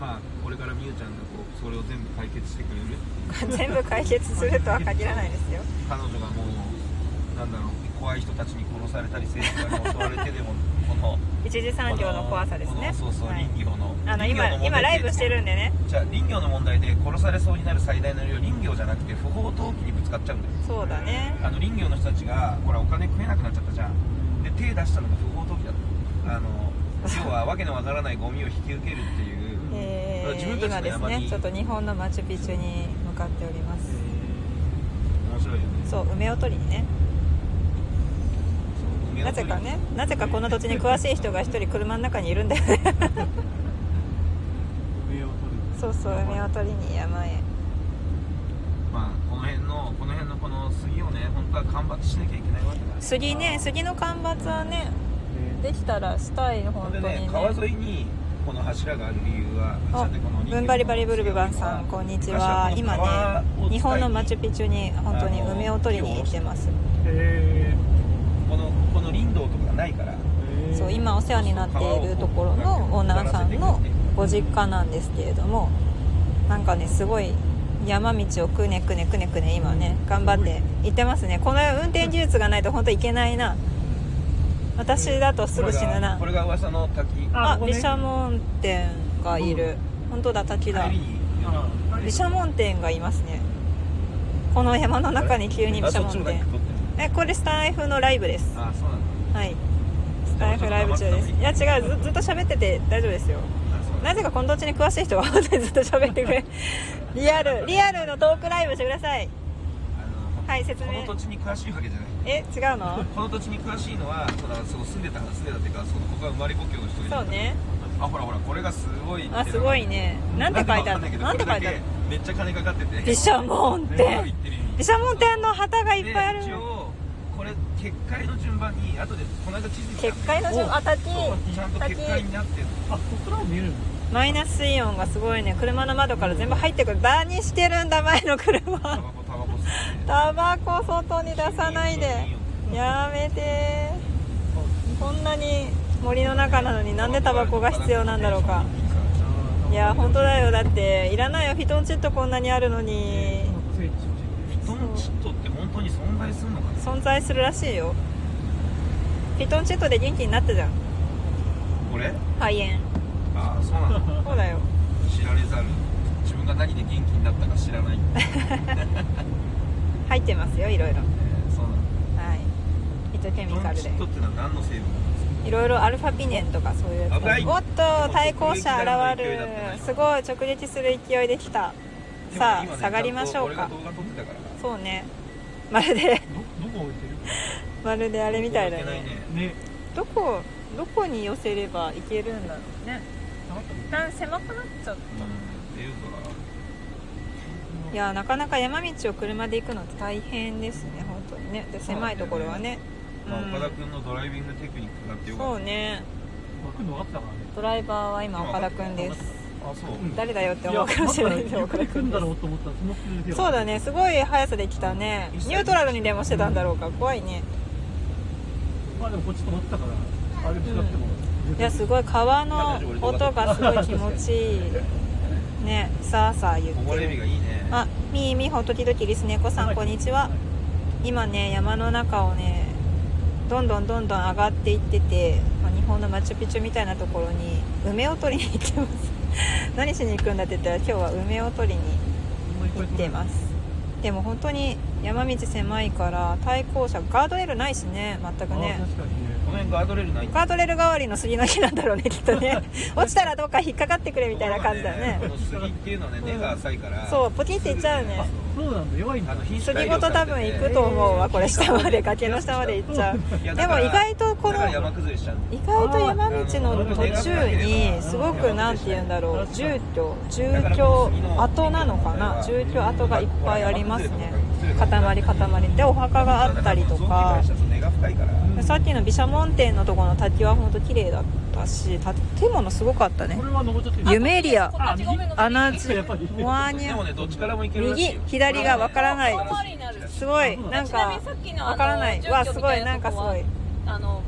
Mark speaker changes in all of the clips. Speaker 1: まあこれからみゆちゃんがこうそれを全部解決してくれる
Speaker 2: 全部解決するとは限らないですよ
Speaker 1: 彼女がもうなんだろう怖い人たちに殺されたり政治家に襲われて でもこの
Speaker 2: 一次産業の怖さですね
Speaker 1: このそうそう
Speaker 2: はい
Speaker 1: 林業の,、
Speaker 2: あの
Speaker 1: 林業
Speaker 2: 今
Speaker 1: の問題
Speaker 2: 今ライブしてるんでね
Speaker 1: じゃあ林業の問題で殺されそうになる最大の理由は林業じゃなくて不法投棄にぶつかっちゃうんだよ
Speaker 2: そうだね
Speaker 1: あの林業の人たちがほらお金食えなくなっちゃったじゃんで手出したのが不法投棄だったあの要はわけのわからないゴミを引き受けるって いう
Speaker 2: え
Speaker 1: 自分
Speaker 2: ー、
Speaker 1: た
Speaker 2: 今
Speaker 1: ちの
Speaker 2: です
Speaker 1: 山に
Speaker 2: ねちょっと日本のマチュピチュに向かっております
Speaker 1: 面白いよね
Speaker 2: そう梅を取りにね
Speaker 1: そう
Speaker 2: なぜかねなぜかこの土地に詳しい人が一人車の 中にいるんだよね
Speaker 3: 上を取る
Speaker 2: そうそう梅を取りに山へ
Speaker 1: まあこの辺のこの辺のこの杉をね本当は間伐しなきゃいけないわけだ
Speaker 2: 杉ね杉の間伐はね
Speaker 3: で
Speaker 2: できたらしたいの
Speaker 1: ほ
Speaker 2: 本
Speaker 1: ん
Speaker 2: 当
Speaker 1: で
Speaker 2: に
Speaker 1: ね
Speaker 2: ね
Speaker 1: 川沿いにこの柱がある理由は
Speaker 2: あ
Speaker 1: 柱ってこの人間の
Speaker 2: ブンバリバリブルブバンさんこんにちは
Speaker 1: 昔
Speaker 2: 今
Speaker 1: はこの川を使い
Speaker 2: ね
Speaker 1: に
Speaker 2: 日本のマチュピチュに本当に
Speaker 1: あの
Speaker 2: 梅を取りに行ってます
Speaker 3: へ
Speaker 1: このこの林道とかないから
Speaker 3: え
Speaker 2: そう今お世話になっているところのオーナーさんのご実家なんですけれどもなんかねすごい山道をくねくねくねくね今ね頑張って行ってますねこの運転技術がないと本当行けないな私だとすぐ死ぬな
Speaker 1: これがこれが噂の滝
Speaker 3: あ
Speaker 2: あ
Speaker 3: ここね
Speaker 2: 毘沙門天がいる本当だ滝だ
Speaker 1: 帰りに
Speaker 2: 毘沙門天がいますねこの山の中に急に毘沙
Speaker 1: あそっち
Speaker 2: 門
Speaker 1: も滝
Speaker 2: 天
Speaker 1: 撮って
Speaker 2: え
Speaker 1: る
Speaker 2: これスタイフのライブです
Speaker 1: あそうなんだ
Speaker 2: はいスタイフライブ中ですいや違うずずっと喋ってて大丈夫ですよ
Speaker 1: あそうなんだ
Speaker 2: なぜかこの土地に詳しい人が本 当にずっと喋ってく れリアルリアルのトークライブしてください
Speaker 1: あの
Speaker 2: はい説明
Speaker 1: この土地に詳しいわけじゃない
Speaker 2: え違うの
Speaker 1: この土地に詳しいのはそのその住んでた住んでたっていうかそのここが生まれ故郷の人がいる
Speaker 2: そう ね
Speaker 1: あほらほらこれがすごい
Speaker 2: あすごいねなんて書いてあるな
Speaker 1: な
Speaker 2: んんて
Speaker 1: て書
Speaker 2: 書い
Speaker 1: いて
Speaker 2: て
Speaker 1: あ
Speaker 2: あ
Speaker 1: る
Speaker 2: る
Speaker 1: めっちゃ金かかってて
Speaker 2: 毘沙門
Speaker 1: ね
Speaker 2: 天
Speaker 1: 言ってる意
Speaker 2: 毘
Speaker 1: 味
Speaker 2: 沙門天の旗がいっぱいある
Speaker 1: で一応これ結界の順番に後でこの間地図見たんだけど
Speaker 2: 結界の順あ滝
Speaker 1: そうちゃんと結界
Speaker 2: 滝
Speaker 1: になってる
Speaker 3: あここからも見えるの
Speaker 2: マイナスイオンがすごいね車の窓から全部入ってくる何してるんだ前の
Speaker 1: タ
Speaker 2: 車
Speaker 1: バコタバコ吸って
Speaker 2: タバコ外に出さないでやめてこんなに森の中なのになんでタバコが必要なんだろうかいや本当だよだっていらないよフィトンチッドこんなにあるのに
Speaker 3: ここ整理してほしい
Speaker 1: フィトンチッドって本当に存在するのかな
Speaker 2: 存在するらしいよフィトンチッドで元気になったじゃん
Speaker 1: これ
Speaker 2: 肺炎
Speaker 1: ああそうなの
Speaker 2: そうだよ
Speaker 1: 知られざる自分が何で元気になったか知らない、え
Speaker 2: 入ってますよいろいろ
Speaker 1: ーそうなの
Speaker 2: はいヒトケミカル
Speaker 1: チ
Speaker 2: で
Speaker 1: ッドってのは何の成分
Speaker 2: いろいろアルファピネンとかそういうやつ
Speaker 1: 危ない
Speaker 2: おっと対向車現るすごい直撃する勢いできたさあ下がりましょう
Speaker 1: 俺が
Speaker 2: か
Speaker 1: 動画撮ってたから
Speaker 2: そうねまるで
Speaker 3: どどこ置いて
Speaker 2: まるであ
Speaker 1: あ
Speaker 2: れみたいだね
Speaker 3: るね
Speaker 2: どこどこに寄せればいけるんだろうね
Speaker 3: 下がったの
Speaker 2: なん狭くなっちゃっ
Speaker 1: っていうか
Speaker 2: いやなかなか山道を車で行くのって大変ですね本当にねで
Speaker 1: そう
Speaker 2: 狭いところはね
Speaker 1: まあ
Speaker 2: うん
Speaker 1: 岡田君のドライビングテクニックがあってよか
Speaker 2: そ
Speaker 1: っ
Speaker 2: うね
Speaker 3: 枠のあったからね
Speaker 2: ドライバーは今岡田君です
Speaker 1: たあそう、
Speaker 3: うん
Speaker 2: 誰だよって
Speaker 3: い
Speaker 2: 思うかもしれないけど
Speaker 3: やだ
Speaker 2: 岡
Speaker 3: からゆっくり来る
Speaker 2: 田君
Speaker 3: ん
Speaker 2: で
Speaker 3: だ
Speaker 2: す
Speaker 3: ろうと思ったらその数字では
Speaker 2: そうだねすごい速さで来たねニュートラルにでもしてたんだろうか怖いね
Speaker 3: まあでもこっち止まってたからあれ違っても
Speaker 2: いやすごい川の音がすごい気持ちいいねさあさあ言っ
Speaker 1: 溺
Speaker 2: て
Speaker 1: れ
Speaker 2: る
Speaker 1: 日がいいね
Speaker 2: あみーみほ時々リスネコさんこんにちは今ね山の中をねどんどんどんどん上がっていってて、まあ、日本のマチュピチュみたいなところに梅を取りに行ってます 何しに行くんだって言ったら今日は梅を取りに行ってますでも本当に山道狭いから対向車ガードレールないしね全
Speaker 3: あ
Speaker 2: くね
Speaker 3: 確かにね
Speaker 1: この辺ガードレールない
Speaker 2: ガードレール代わりの杉の木なんだろうねきっと ね落ちたらどっか引っかかってくれみたいな感じだよね
Speaker 1: この杉っていうのはね根が浅いから、
Speaker 2: そうポキっていっちゃうね
Speaker 3: あそうなんだ弱いんだ
Speaker 1: あの品種
Speaker 2: 杉
Speaker 1: 改
Speaker 2: ご
Speaker 1: 良
Speaker 2: と多
Speaker 1: されて
Speaker 2: 分
Speaker 1: て
Speaker 2: 行くと思うわこれ下まで崖の下まで行っちゃう
Speaker 1: いや
Speaker 2: で
Speaker 1: だ
Speaker 2: も
Speaker 1: から
Speaker 2: 意外とこ
Speaker 1: だ
Speaker 2: の
Speaker 1: から山崩れしちゃうんだよ
Speaker 2: 意外と山道の途中にすごくなんて言うんだろう住居住居跡なのかな住居跡がいっぱいありますね塊塊でお墓があったりとか
Speaker 1: そう根が深いから、
Speaker 2: でさっきの毘沙門天のとこの滝は本当綺麗だったし建物すごかったね
Speaker 3: これは登っちゃっていい
Speaker 2: ユメリア
Speaker 3: あ右
Speaker 2: 穴地
Speaker 3: やっぱり
Speaker 2: ワーニ
Speaker 1: で
Speaker 2: ャ
Speaker 1: もねどっちからも行けるらしい
Speaker 2: 右
Speaker 1: よ
Speaker 2: 左がわからない
Speaker 4: 遠回りになる
Speaker 2: すごいなん
Speaker 4: ちなみ
Speaker 2: か
Speaker 4: にさっきのあ
Speaker 2: わ
Speaker 4: の
Speaker 2: からないわ
Speaker 4: 住居
Speaker 2: す
Speaker 4: み
Speaker 2: ご
Speaker 4: た
Speaker 2: いなんかす
Speaker 4: とこは
Speaker 2: ごい
Speaker 4: あの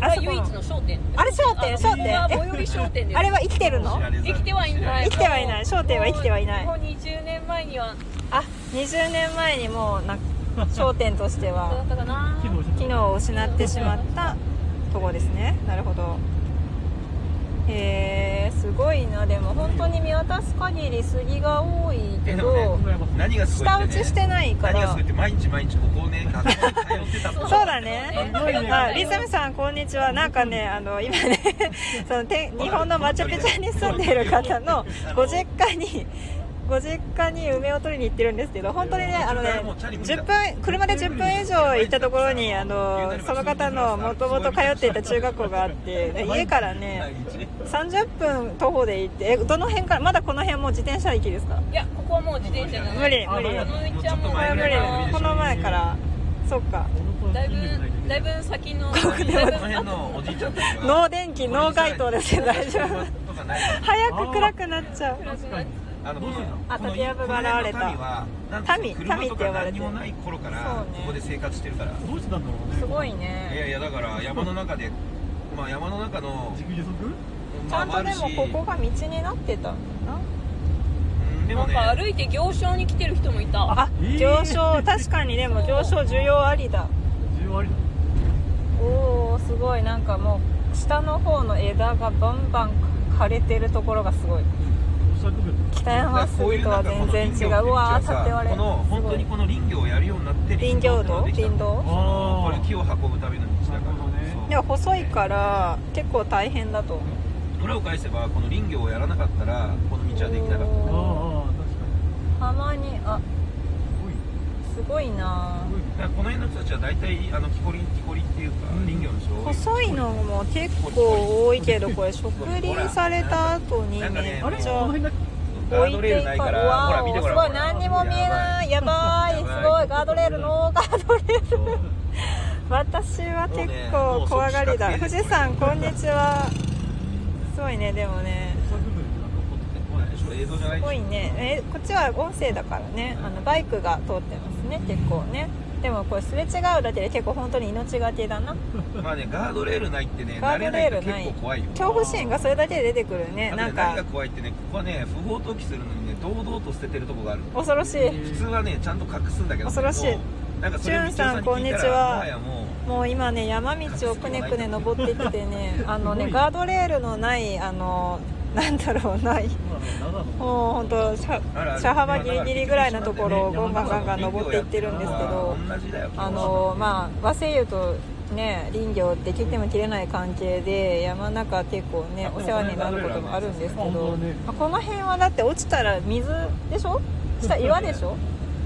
Speaker 2: あそこ
Speaker 4: 唯一の商店
Speaker 2: あれ商店商店
Speaker 4: 最寄りいう商店です
Speaker 2: あれは生きてるの
Speaker 1: 知られざる
Speaker 4: 生きてはいない
Speaker 2: 生きてはいない商店は生きてはいない
Speaker 4: もうもう20年前には
Speaker 2: あ20年前にもうな商店として
Speaker 4: どうだ
Speaker 2: は
Speaker 4: ったかな
Speaker 3: 機能して
Speaker 2: 機能を失ってしまったとこですねなるほどへえすごいなでも本当に見渡す限り杉が多いけ
Speaker 1: えで
Speaker 2: ど
Speaker 1: も
Speaker 3: 羨ましい
Speaker 1: 何がすごい
Speaker 2: 下打
Speaker 1: って、
Speaker 2: ち
Speaker 1: ね、
Speaker 2: してないか
Speaker 1: 何がす
Speaker 2: ら
Speaker 1: ごいって毎日毎日ここね学校に通ってたって
Speaker 4: そ う
Speaker 2: そうだね
Speaker 4: すごいね
Speaker 2: あリズムさんこんにちはなんかねあの今ね そのて日本のマチュピチュに住んでいる方のご実家にご実家に梅を取りに行ってるんですけど本当にねあのね10分車で10分以上行ったところにあのその方のもともと通っていた中学校があってで家からね
Speaker 1: 毎日
Speaker 2: 30分徒歩で行ってえどの辺からまだこの辺もう自転車行きですか
Speaker 4: いやここはもう自転車じゃない
Speaker 2: 無理無理
Speaker 4: この道はもう
Speaker 2: これは無理だこの前からそっか
Speaker 4: だいぶだいぶ先の
Speaker 1: こ
Speaker 4: だい
Speaker 1: の
Speaker 4: ぶ
Speaker 1: 辺のおじいちゃんとか
Speaker 2: 脳電気脳街灯ですよ大丈夫
Speaker 1: とかない
Speaker 2: 早く暗くなっちゃう
Speaker 4: 暗くなっ
Speaker 1: あのこの
Speaker 2: あ竹やぶが現れた
Speaker 1: この辺の民はなんか
Speaker 2: 民
Speaker 1: 車
Speaker 2: 民
Speaker 1: と
Speaker 2: って
Speaker 1: か
Speaker 2: 呼ばれ
Speaker 1: 何
Speaker 2: てる
Speaker 1: もない頃か
Speaker 2: そ
Speaker 1: ら
Speaker 2: うね
Speaker 1: ここで生活してるから、
Speaker 3: どうしてたんだろうね
Speaker 2: すごい
Speaker 1: いや
Speaker 2: ね
Speaker 1: いやだから山の中でまあ山の中の
Speaker 3: 自給自足
Speaker 2: ち
Speaker 1: ま
Speaker 2: ゃ
Speaker 1: あ
Speaker 2: んとで
Speaker 1: あるし
Speaker 2: もここが道になってたんだな
Speaker 1: うんでも
Speaker 4: なん
Speaker 1: ね
Speaker 4: か歩いて行商に来てる人もいた
Speaker 2: あ
Speaker 3: えー
Speaker 2: 行商確かにでも行商需要ありだ
Speaker 3: 需要ありだ
Speaker 2: おおすごいなんかもう下の方の枝がバンバン枯れてるところがすごい
Speaker 3: おしゃれだけど
Speaker 2: 北山杉とは全然違ううわー縦割れ
Speaker 1: この本当にこの林業をやるようになって
Speaker 2: 林業道
Speaker 1: 林
Speaker 2: 林道
Speaker 1: これ木を運ぶための道だか
Speaker 3: なるほどね
Speaker 1: ら
Speaker 2: でも細いから結構大変だと思う
Speaker 1: そう裏を返せばこの林業をやらなかったらこの道はできなか
Speaker 3: あ
Speaker 1: っ
Speaker 3: あああ確かに
Speaker 2: たまにあ
Speaker 3: すごい
Speaker 2: すごいな
Speaker 3: すごいね
Speaker 1: ただからこの辺の人たちは大体あの木こり木こりっていうか林業の人が多い
Speaker 2: 細いのも結構多いけどこれ植林された後に
Speaker 1: なんか
Speaker 2: め
Speaker 1: ね
Speaker 2: っち
Speaker 3: この
Speaker 2: ゃ
Speaker 3: 辺だけ
Speaker 1: ガ
Speaker 2: 置い
Speaker 1: ードレー
Speaker 2: て
Speaker 1: ル
Speaker 2: い
Speaker 1: な
Speaker 2: か
Speaker 1: い
Speaker 2: う
Speaker 1: からほ
Speaker 2: わ
Speaker 1: ら見て
Speaker 2: ーす
Speaker 1: ほら
Speaker 2: ごい
Speaker 1: ほら
Speaker 2: 何にも見えないやばいす
Speaker 1: やばい
Speaker 2: ごいガードレールのガードレール
Speaker 1: そう
Speaker 2: 私は結構怖が りだ
Speaker 1: もうねも
Speaker 2: 富
Speaker 1: うそっち
Speaker 2: 士山こんにちはすごいねでもね
Speaker 3: おしゃれ部分ってなんかこう
Speaker 1: ちょっと映像じゃない
Speaker 2: すごいねえこっちは音声だからねあのバイクが通ってますね結構ねでもこれすれ違うだけで結構本当に命がけだな
Speaker 1: まあねガードレールないってね
Speaker 2: ガ
Speaker 1: 慣
Speaker 2: ードレ
Speaker 1: れな
Speaker 2: ー
Speaker 1: い
Speaker 2: ル
Speaker 1: と
Speaker 2: ない
Speaker 1: 結構怖いよ
Speaker 2: 恐怖心がそれだけで出てくるね
Speaker 1: あ
Speaker 2: な
Speaker 1: とね
Speaker 2: ん
Speaker 1: 何が
Speaker 2: か
Speaker 1: 怖いってねここはね不法投棄するのにね堂々と捨ててるとこがある
Speaker 2: 恐ろしい
Speaker 1: 普通はねちゃんと隠すんだけど
Speaker 2: 恐ろしい
Speaker 1: もうなんかそれを
Speaker 2: しゅんさん
Speaker 1: 道夫に聞いたら
Speaker 2: こんにちは
Speaker 1: もはやも
Speaker 2: もう今ね山道をくねくね登ってきてねあのねガードレールのないあのなんだろうない
Speaker 3: 今の長野
Speaker 2: もう本当車
Speaker 1: あるある
Speaker 2: 車幅ギリギリぐらいのところをガンガンガンガン登っていってるんですけど
Speaker 1: 同じだよ
Speaker 2: あのまあ和製油とね林業って切っても切れない関係で山の中結構ねお世話になることもあるんですけど、
Speaker 3: あ本当だね
Speaker 2: まあこの辺はだって落ちたら水でしょ下岩でしょ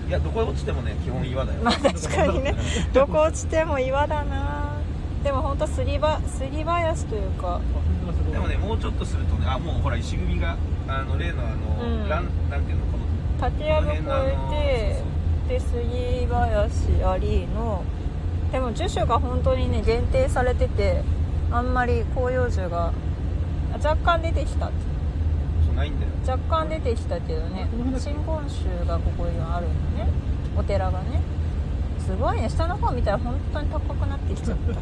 Speaker 1: いやどこへ落ちてもね基本岩だよ
Speaker 2: まあ確かにねどこ落ちても岩だなでも本当すりばすり林というか
Speaker 1: でもねもうちょっとするとねあもうほら石組みがあの例のあの、
Speaker 2: うん
Speaker 1: ランなんていうのこの
Speaker 2: 竹やぶ越えてで杉林ありのでも樹種が本当にね限定されててあんまり広葉樹があ若干出てきた
Speaker 1: そうないんだよ
Speaker 2: 若干出てきたけどね真言宗がここにはあるんだねお寺がねすごいね下の方見たら本当に高くなってきちゃった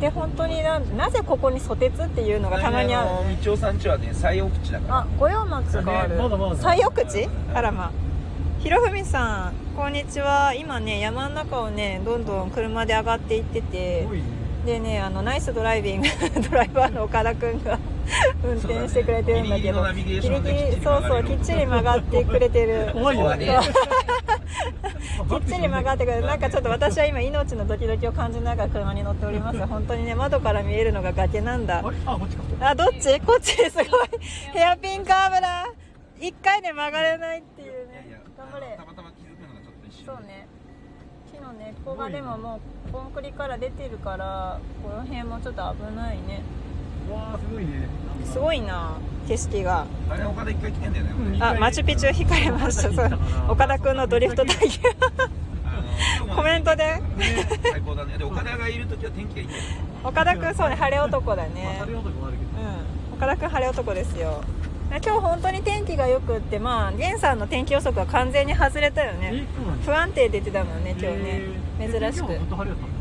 Speaker 2: で本当になんなぜここにソテツっていうのがたまにある
Speaker 1: の道夫さん家はね西奥地だから
Speaker 2: あ、御用松がある。
Speaker 3: ねまだまだ
Speaker 2: 西奥地？あらま。ひろふみさん、こんにちは。今ね、山の中をね、どんどん車で上がっていってて
Speaker 3: す、ごいね
Speaker 2: でね、あのナイスドライビング ドライバーの岡田くんが運転してくれてるんだけ
Speaker 1: そう
Speaker 2: ど、
Speaker 1: だねギリギリのナビゲーションできっちり
Speaker 2: そう
Speaker 1: 曲が
Speaker 2: そ
Speaker 1: れ
Speaker 2: う
Speaker 1: る
Speaker 2: きっちり曲がってくれてる。
Speaker 3: 怖いよね
Speaker 2: そうきっちり曲がってくれるなんかちょっと私は今命のドキドキを感じながら車に乗っております 本当にね窓から見えるのが崖なんだ
Speaker 3: あれあこっちか
Speaker 2: あどっちこっちすごいヘアピンカーブだ一回で曲がれないっていう
Speaker 1: いやいや
Speaker 2: ね頑張れ
Speaker 1: たまたま気づくのがちょっと一瞬
Speaker 2: そうね木の根っこがでももうコンクリから出てるからこの辺もちょっと危ないね
Speaker 3: うわあすごいね
Speaker 2: すごいな景色が
Speaker 1: あれ岡田一回来てんだよね、俺
Speaker 2: あマチュピチュ引かれましたそう岡田君のドリフト体験
Speaker 1: あの今日 も
Speaker 2: コメントで
Speaker 1: ね最高だねで岡田がいる時は天気がいいんだよ
Speaker 2: 岡田君そうね晴れ男だね
Speaker 3: 当たり男もあるけど
Speaker 2: うん、岡田君晴れ男ですよ今日本当に天気が良くってまあ源さんの天気予測は完全に外れたよ
Speaker 3: え
Speaker 2: ね
Speaker 3: そうなんだ
Speaker 2: 不安定って言ってたもんね今日ね
Speaker 3: えー
Speaker 2: 珍し
Speaker 3: 今日ずっ
Speaker 2: く
Speaker 3: と晴れだったんだ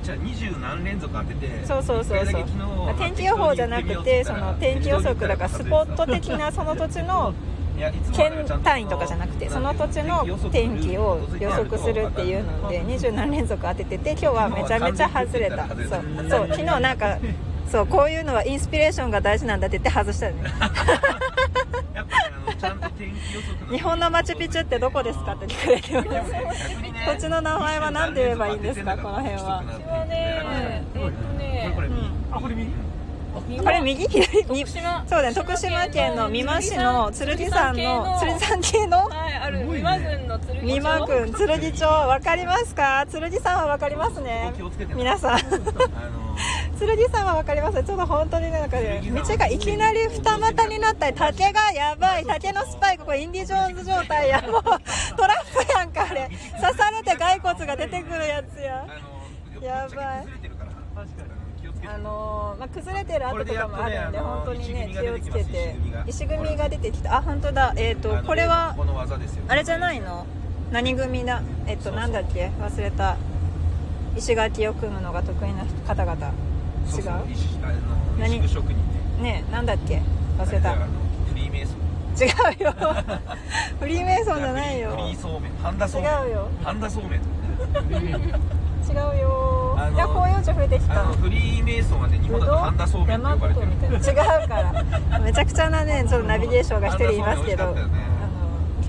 Speaker 1: じゃあ二十何連続当てて
Speaker 2: そうそうそう
Speaker 1: 一
Speaker 2: そう
Speaker 1: 回だけ昨日
Speaker 2: 天気予報じゃなくてその天気予測だからスポット
Speaker 1: で
Speaker 2: 的なその土地の県単位とかじゃなくてその土地の天気を予測するっていうので二十何連続当ててて今日はめちゃめちゃ外れたそうそう昨日なんかそうこういうのはインスピレーションが大事なんだって言って外したよ ね
Speaker 1: やっぱりあのちゃんと天気予測の
Speaker 2: 日本のマチュピチュってどこですかって聞かれてます
Speaker 1: こ
Speaker 2: 土地の名前は何て言えばいいんですかこの辺は
Speaker 4: 私はねえっとね
Speaker 1: これこれ
Speaker 3: あ、これ右
Speaker 4: 右
Speaker 2: これ右左に
Speaker 4: 徳島
Speaker 2: そうだね徳島県の美馬市の剣山の
Speaker 4: 剣
Speaker 2: 剣山
Speaker 4: 山
Speaker 2: 系 の
Speaker 4: はいある美馬郡の鶴
Speaker 2: 美馬郡剣町わかりますか剣山はわかりますね
Speaker 1: 気をつけてね
Speaker 2: 皆さん
Speaker 1: あの
Speaker 2: 剣山はわかりますちょっと本当にねなんかね道がいきなり二股になったり竹がやばい竹のスパイクこれインディ・ジョーンズ状態やもうトラップやんかあれ刺されて骸骨が出てくるやつや
Speaker 1: あの
Speaker 2: やばい
Speaker 1: ぶっちゃけ崩れてるから
Speaker 3: 確かに
Speaker 1: 気をつけて
Speaker 2: あのーまあ、崩れてる跡とかもあるんで、本当にね、気をつけて、石
Speaker 1: 石
Speaker 2: 組
Speaker 1: 組
Speaker 2: み
Speaker 1: み
Speaker 2: が
Speaker 1: が
Speaker 2: 出てきた、あ、本当だ、えっ、
Speaker 1: あ
Speaker 2: と、
Speaker 1: の
Speaker 2: これは
Speaker 1: こ、の技ですよ
Speaker 2: あれじゃないの何組だ、えっ、と、
Speaker 1: そうそう
Speaker 2: なんだっけ、忘れた、石垣を組むのが得意な方々、
Speaker 1: そうそう
Speaker 2: 違
Speaker 1: 石あの
Speaker 2: 何
Speaker 1: 石工職人ね
Speaker 2: うねえ、なんだっけ、忘れた、
Speaker 1: あのフリーメイソン
Speaker 2: 違うよ、フリーメイソンじゃないよ
Speaker 1: フリ、ーそうめん半田そうめん
Speaker 2: 違うよ、
Speaker 1: 半田そうめん
Speaker 2: 違うよ
Speaker 1: あ、の
Speaker 2: いや、紅葉樹増えてき
Speaker 1: あ
Speaker 2: た
Speaker 1: の。フリーメイソンはね日本だと半田そうめんって呼ばれてる
Speaker 2: みたいな違うからめちゃくちゃなねちょっとナビゲーションが一人いますけど、
Speaker 1: 半田そうめん美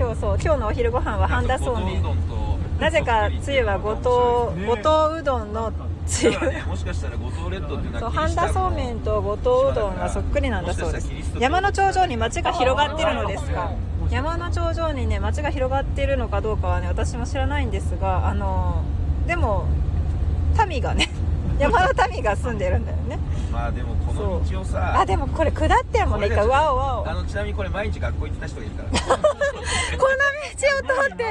Speaker 2: あの
Speaker 1: 味しかったよね
Speaker 2: 今日そう今日のお昼ご飯は半田そうめ
Speaker 1: なんか五島うどんと
Speaker 2: なぜかつゆはご当
Speaker 3: ね
Speaker 2: ご当うどんのつゆ
Speaker 1: だからねもしかしたら五島列島っていうの
Speaker 2: そう
Speaker 1: は
Speaker 2: 半田そうめんとご当うどんがそっくりなんだそうです山の頂上に町が広がってるのですが山の頂上にね町が広がってるのかどうかはね私も知らないんですがあのでも民がね 山の民が住んでるんだよね
Speaker 1: まあでもこの道をさ
Speaker 2: あでもこれ下ってやもんね一回わおわお
Speaker 1: あのちなみにこれ毎日学校行ってた人がいるから
Speaker 2: この道を通って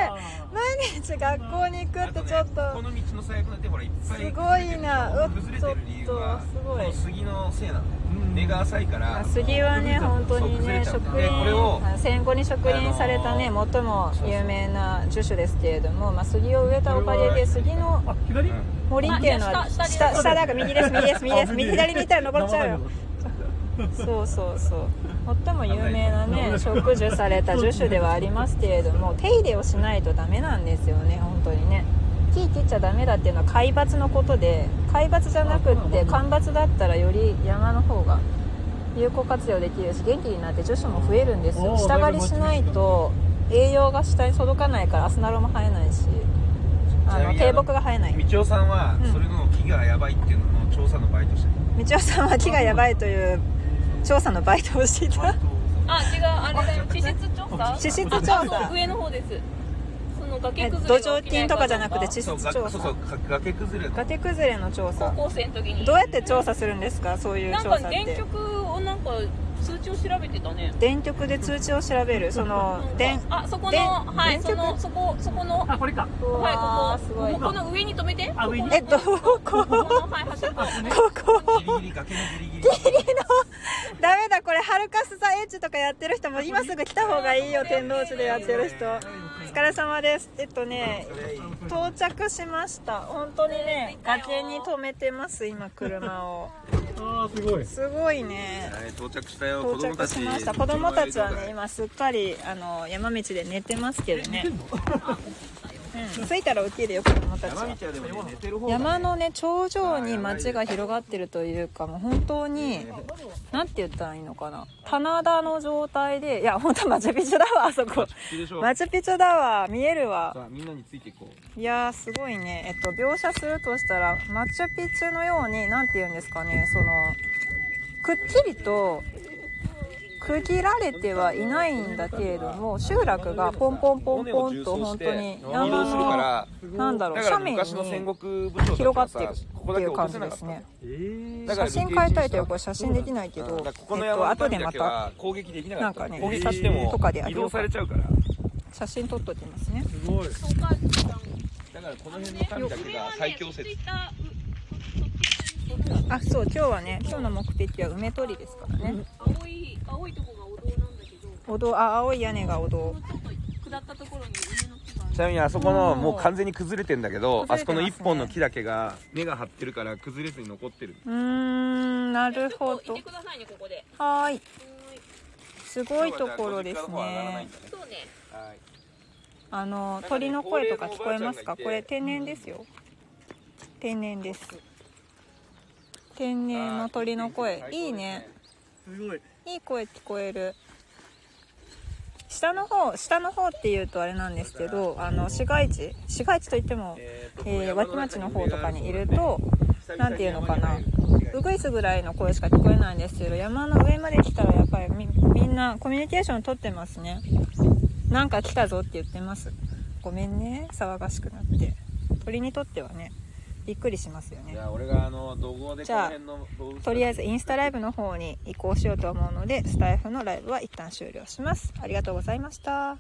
Speaker 2: 毎日学校に行く
Speaker 1: あ
Speaker 2: って
Speaker 1: とね
Speaker 2: ちょっ
Speaker 1: ことの道の最悪の手ほらいっぱい
Speaker 2: すごいなうっ
Speaker 1: 崩れてる理由
Speaker 2: ち
Speaker 1: は
Speaker 2: ょっとすご
Speaker 1: こ
Speaker 2: い
Speaker 1: の杉のせいなんだよ
Speaker 3: うん
Speaker 1: 根が浅いから
Speaker 2: 杉はね本当にね
Speaker 1: そう
Speaker 2: 植
Speaker 1: 崩れちゃうんだよねこれを
Speaker 2: 林戦後に植林されたね
Speaker 1: あのー
Speaker 2: 最も有名な樹種ですけれども、まあ、杉を植えたおかげで杉の
Speaker 3: あ、左
Speaker 2: 森っていうのは
Speaker 4: あ下
Speaker 2: 下
Speaker 4: 下
Speaker 2: 下下だから右です右です右です
Speaker 3: あ
Speaker 2: 右左に行ったら登っちゃうよそうそうそう最も有名なね植樹された樹種ではありますけれど も手入れをしないとダメなんですよね本当にね木切っちゃダメだっていうのは海抜のことで海抜じゃなくって干ばつだったらより山の方が有効活用できるし元気になって樹種も増えるんですよ
Speaker 3: おー
Speaker 2: 下刈りしないと栄養が下に届かないからアスナロも生えないしあの低木が生えない
Speaker 1: 道夫さんは
Speaker 2: うん
Speaker 1: それの木がやばいっていうのの調査のバイトしてる
Speaker 2: 道夫さんは木がやばいという調査のバイトをしていた
Speaker 4: あ違うあれだよ地質調査
Speaker 2: 地質調査
Speaker 4: あそう上の方ですその崖
Speaker 2: え
Speaker 4: 崩れ
Speaker 2: 土
Speaker 4: が
Speaker 2: 壌
Speaker 4: 起きな
Speaker 2: 菌
Speaker 4: い
Speaker 2: とか
Speaker 4: か
Speaker 2: じ
Speaker 4: ど
Speaker 2: ゃ
Speaker 4: う
Speaker 2: なくて地質
Speaker 1: そう
Speaker 2: 調査
Speaker 1: がそうそうが崖崩れの
Speaker 2: 崖崩れの調査
Speaker 4: 高校生の時に
Speaker 2: どうやって調査するんですかそういう
Speaker 4: な
Speaker 2: 調
Speaker 4: ん
Speaker 2: 査
Speaker 4: か
Speaker 2: っ
Speaker 4: 電
Speaker 2: て
Speaker 4: 極をなんか数値を調べてたね
Speaker 2: 電極で通知を調べるその電
Speaker 4: なんかあそこ
Speaker 2: 電
Speaker 4: のはい
Speaker 2: 電
Speaker 4: そ
Speaker 2: 極
Speaker 4: のそこそこのは
Speaker 3: あ、これか
Speaker 4: い
Speaker 2: わー
Speaker 4: こ
Speaker 2: す
Speaker 4: こ
Speaker 2: ごい
Speaker 4: ここの上に止めて
Speaker 3: あ上に
Speaker 4: ここの
Speaker 2: えど
Speaker 4: こ
Speaker 2: こ
Speaker 4: このはい端っこ
Speaker 2: ここ
Speaker 1: ギリギリ崖のギリギ リ
Speaker 2: ダメだこれハルカスザエッジとかやってる人も今すぐ来た方がいいよ天王寺でやってる人お疲れ様ですえっとね到着しました本当にね崖に止めてます今車を
Speaker 3: あー、すごい
Speaker 2: すごいね
Speaker 1: はい到着したよ
Speaker 2: 到
Speaker 1: 子供
Speaker 2: 着
Speaker 1: た
Speaker 2: し
Speaker 1: ち
Speaker 2: ました子供たちはね今すっかりあの山道で寝てますけ どね、うん、着いたら起きるよ子供たち
Speaker 1: 山
Speaker 2: は
Speaker 1: 道はでもね寝てる方がね
Speaker 2: 山のね頂上に町が広がってるというかもう本当に何て言ったらいいのかな棚田の状態でいや本当マチュピチュだわあそこ
Speaker 1: いいでしょう
Speaker 2: マチュピチュだわ見えるわ
Speaker 1: さあみんなについていこう
Speaker 2: いやーすごいね、えっと、描写するとしたらマチュピチュのように何て言うんですかねそのくっきりと区切られてはいないんだけれども集落がポンポンポンポンと本当に
Speaker 1: 山移動するか
Speaker 2: 山
Speaker 1: ら
Speaker 2: のなんだ
Speaker 1: だ
Speaker 2: ろう
Speaker 1: か
Speaker 2: 斜
Speaker 1: ら
Speaker 2: 面
Speaker 1: 昔の
Speaker 2: に
Speaker 1: 戦国武将
Speaker 2: 広がっ
Speaker 1: たち
Speaker 2: てる
Speaker 1: はさここ
Speaker 2: っ
Speaker 1: だ
Speaker 2: ていう
Speaker 1: け落と
Speaker 2: 感
Speaker 1: せ
Speaker 2: じ
Speaker 1: な
Speaker 2: で
Speaker 1: かっ
Speaker 2: す
Speaker 1: た
Speaker 2: ね
Speaker 3: えー
Speaker 1: だか
Speaker 2: 写
Speaker 1: ら
Speaker 2: 真変えたいというか写真できないけ
Speaker 1: うん
Speaker 2: ど
Speaker 1: だからここの
Speaker 2: えっと
Speaker 1: 山の
Speaker 2: 後で
Speaker 1: 民
Speaker 2: ま
Speaker 1: だけ
Speaker 2: た
Speaker 1: は攻撃できなかった
Speaker 2: なんかね
Speaker 1: 攻撃させて
Speaker 2: とかであ
Speaker 1: も
Speaker 2: げ
Speaker 1: 移
Speaker 2: よう
Speaker 1: 動
Speaker 2: か
Speaker 1: されちゃうから
Speaker 2: 写真撮っときますね
Speaker 3: すごい
Speaker 4: お母さん
Speaker 1: だからこの辺の民だけが最強説
Speaker 2: あそう今日はね今日の目的は梅取りですからね
Speaker 4: 青い青いとこがお堂なんだけど
Speaker 2: お堂あ青い屋根がお堂
Speaker 4: ちょっと下ったところに梅の木がある
Speaker 1: ちなみにあそこの
Speaker 2: おー
Speaker 1: もう完全に崩れてんだけど、
Speaker 2: 崩
Speaker 1: あ
Speaker 2: れて
Speaker 1: そこ
Speaker 2: ます
Speaker 1: の
Speaker 2: ね
Speaker 1: 一本の木だけが根が張ってるから崩れずに残ってる
Speaker 2: うーんなるほ
Speaker 4: ちょ
Speaker 2: ど
Speaker 4: っといてくださいねここで。
Speaker 2: はーい
Speaker 4: はーい
Speaker 2: すごいところです
Speaker 1: 今日はじゃあご実家の方は上がらな
Speaker 2: ね
Speaker 1: いんだね
Speaker 4: そうね。
Speaker 1: はい
Speaker 2: あの鳥の声とか聞こえますかこれ天然ですよ天然です天然の鳥の声いいね
Speaker 3: すごい
Speaker 2: いい声聞こえる下の方下の方っていうとあれなんですけどあの市街地市街地といっても、
Speaker 1: え
Speaker 2: えー、脇町の方とかにいると
Speaker 1: と
Speaker 2: なんていうのかなうぐいすぐらいの声しか聞こえないんですけど山の上まで来たらやっぱりみみんなコミュニケーション取ってますねなんか来たぞって言ってますごめんね騒がしくなって鳥にとってはねびっくりしますよね
Speaker 1: いや俺があの怒号で
Speaker 2: じゃあ
Speaker 1: この辺の動物たち
Speaker 2: とりあえずインスタライブの方に移行しようと思うのでスタイフのライブは一旦終了しますありがとうございました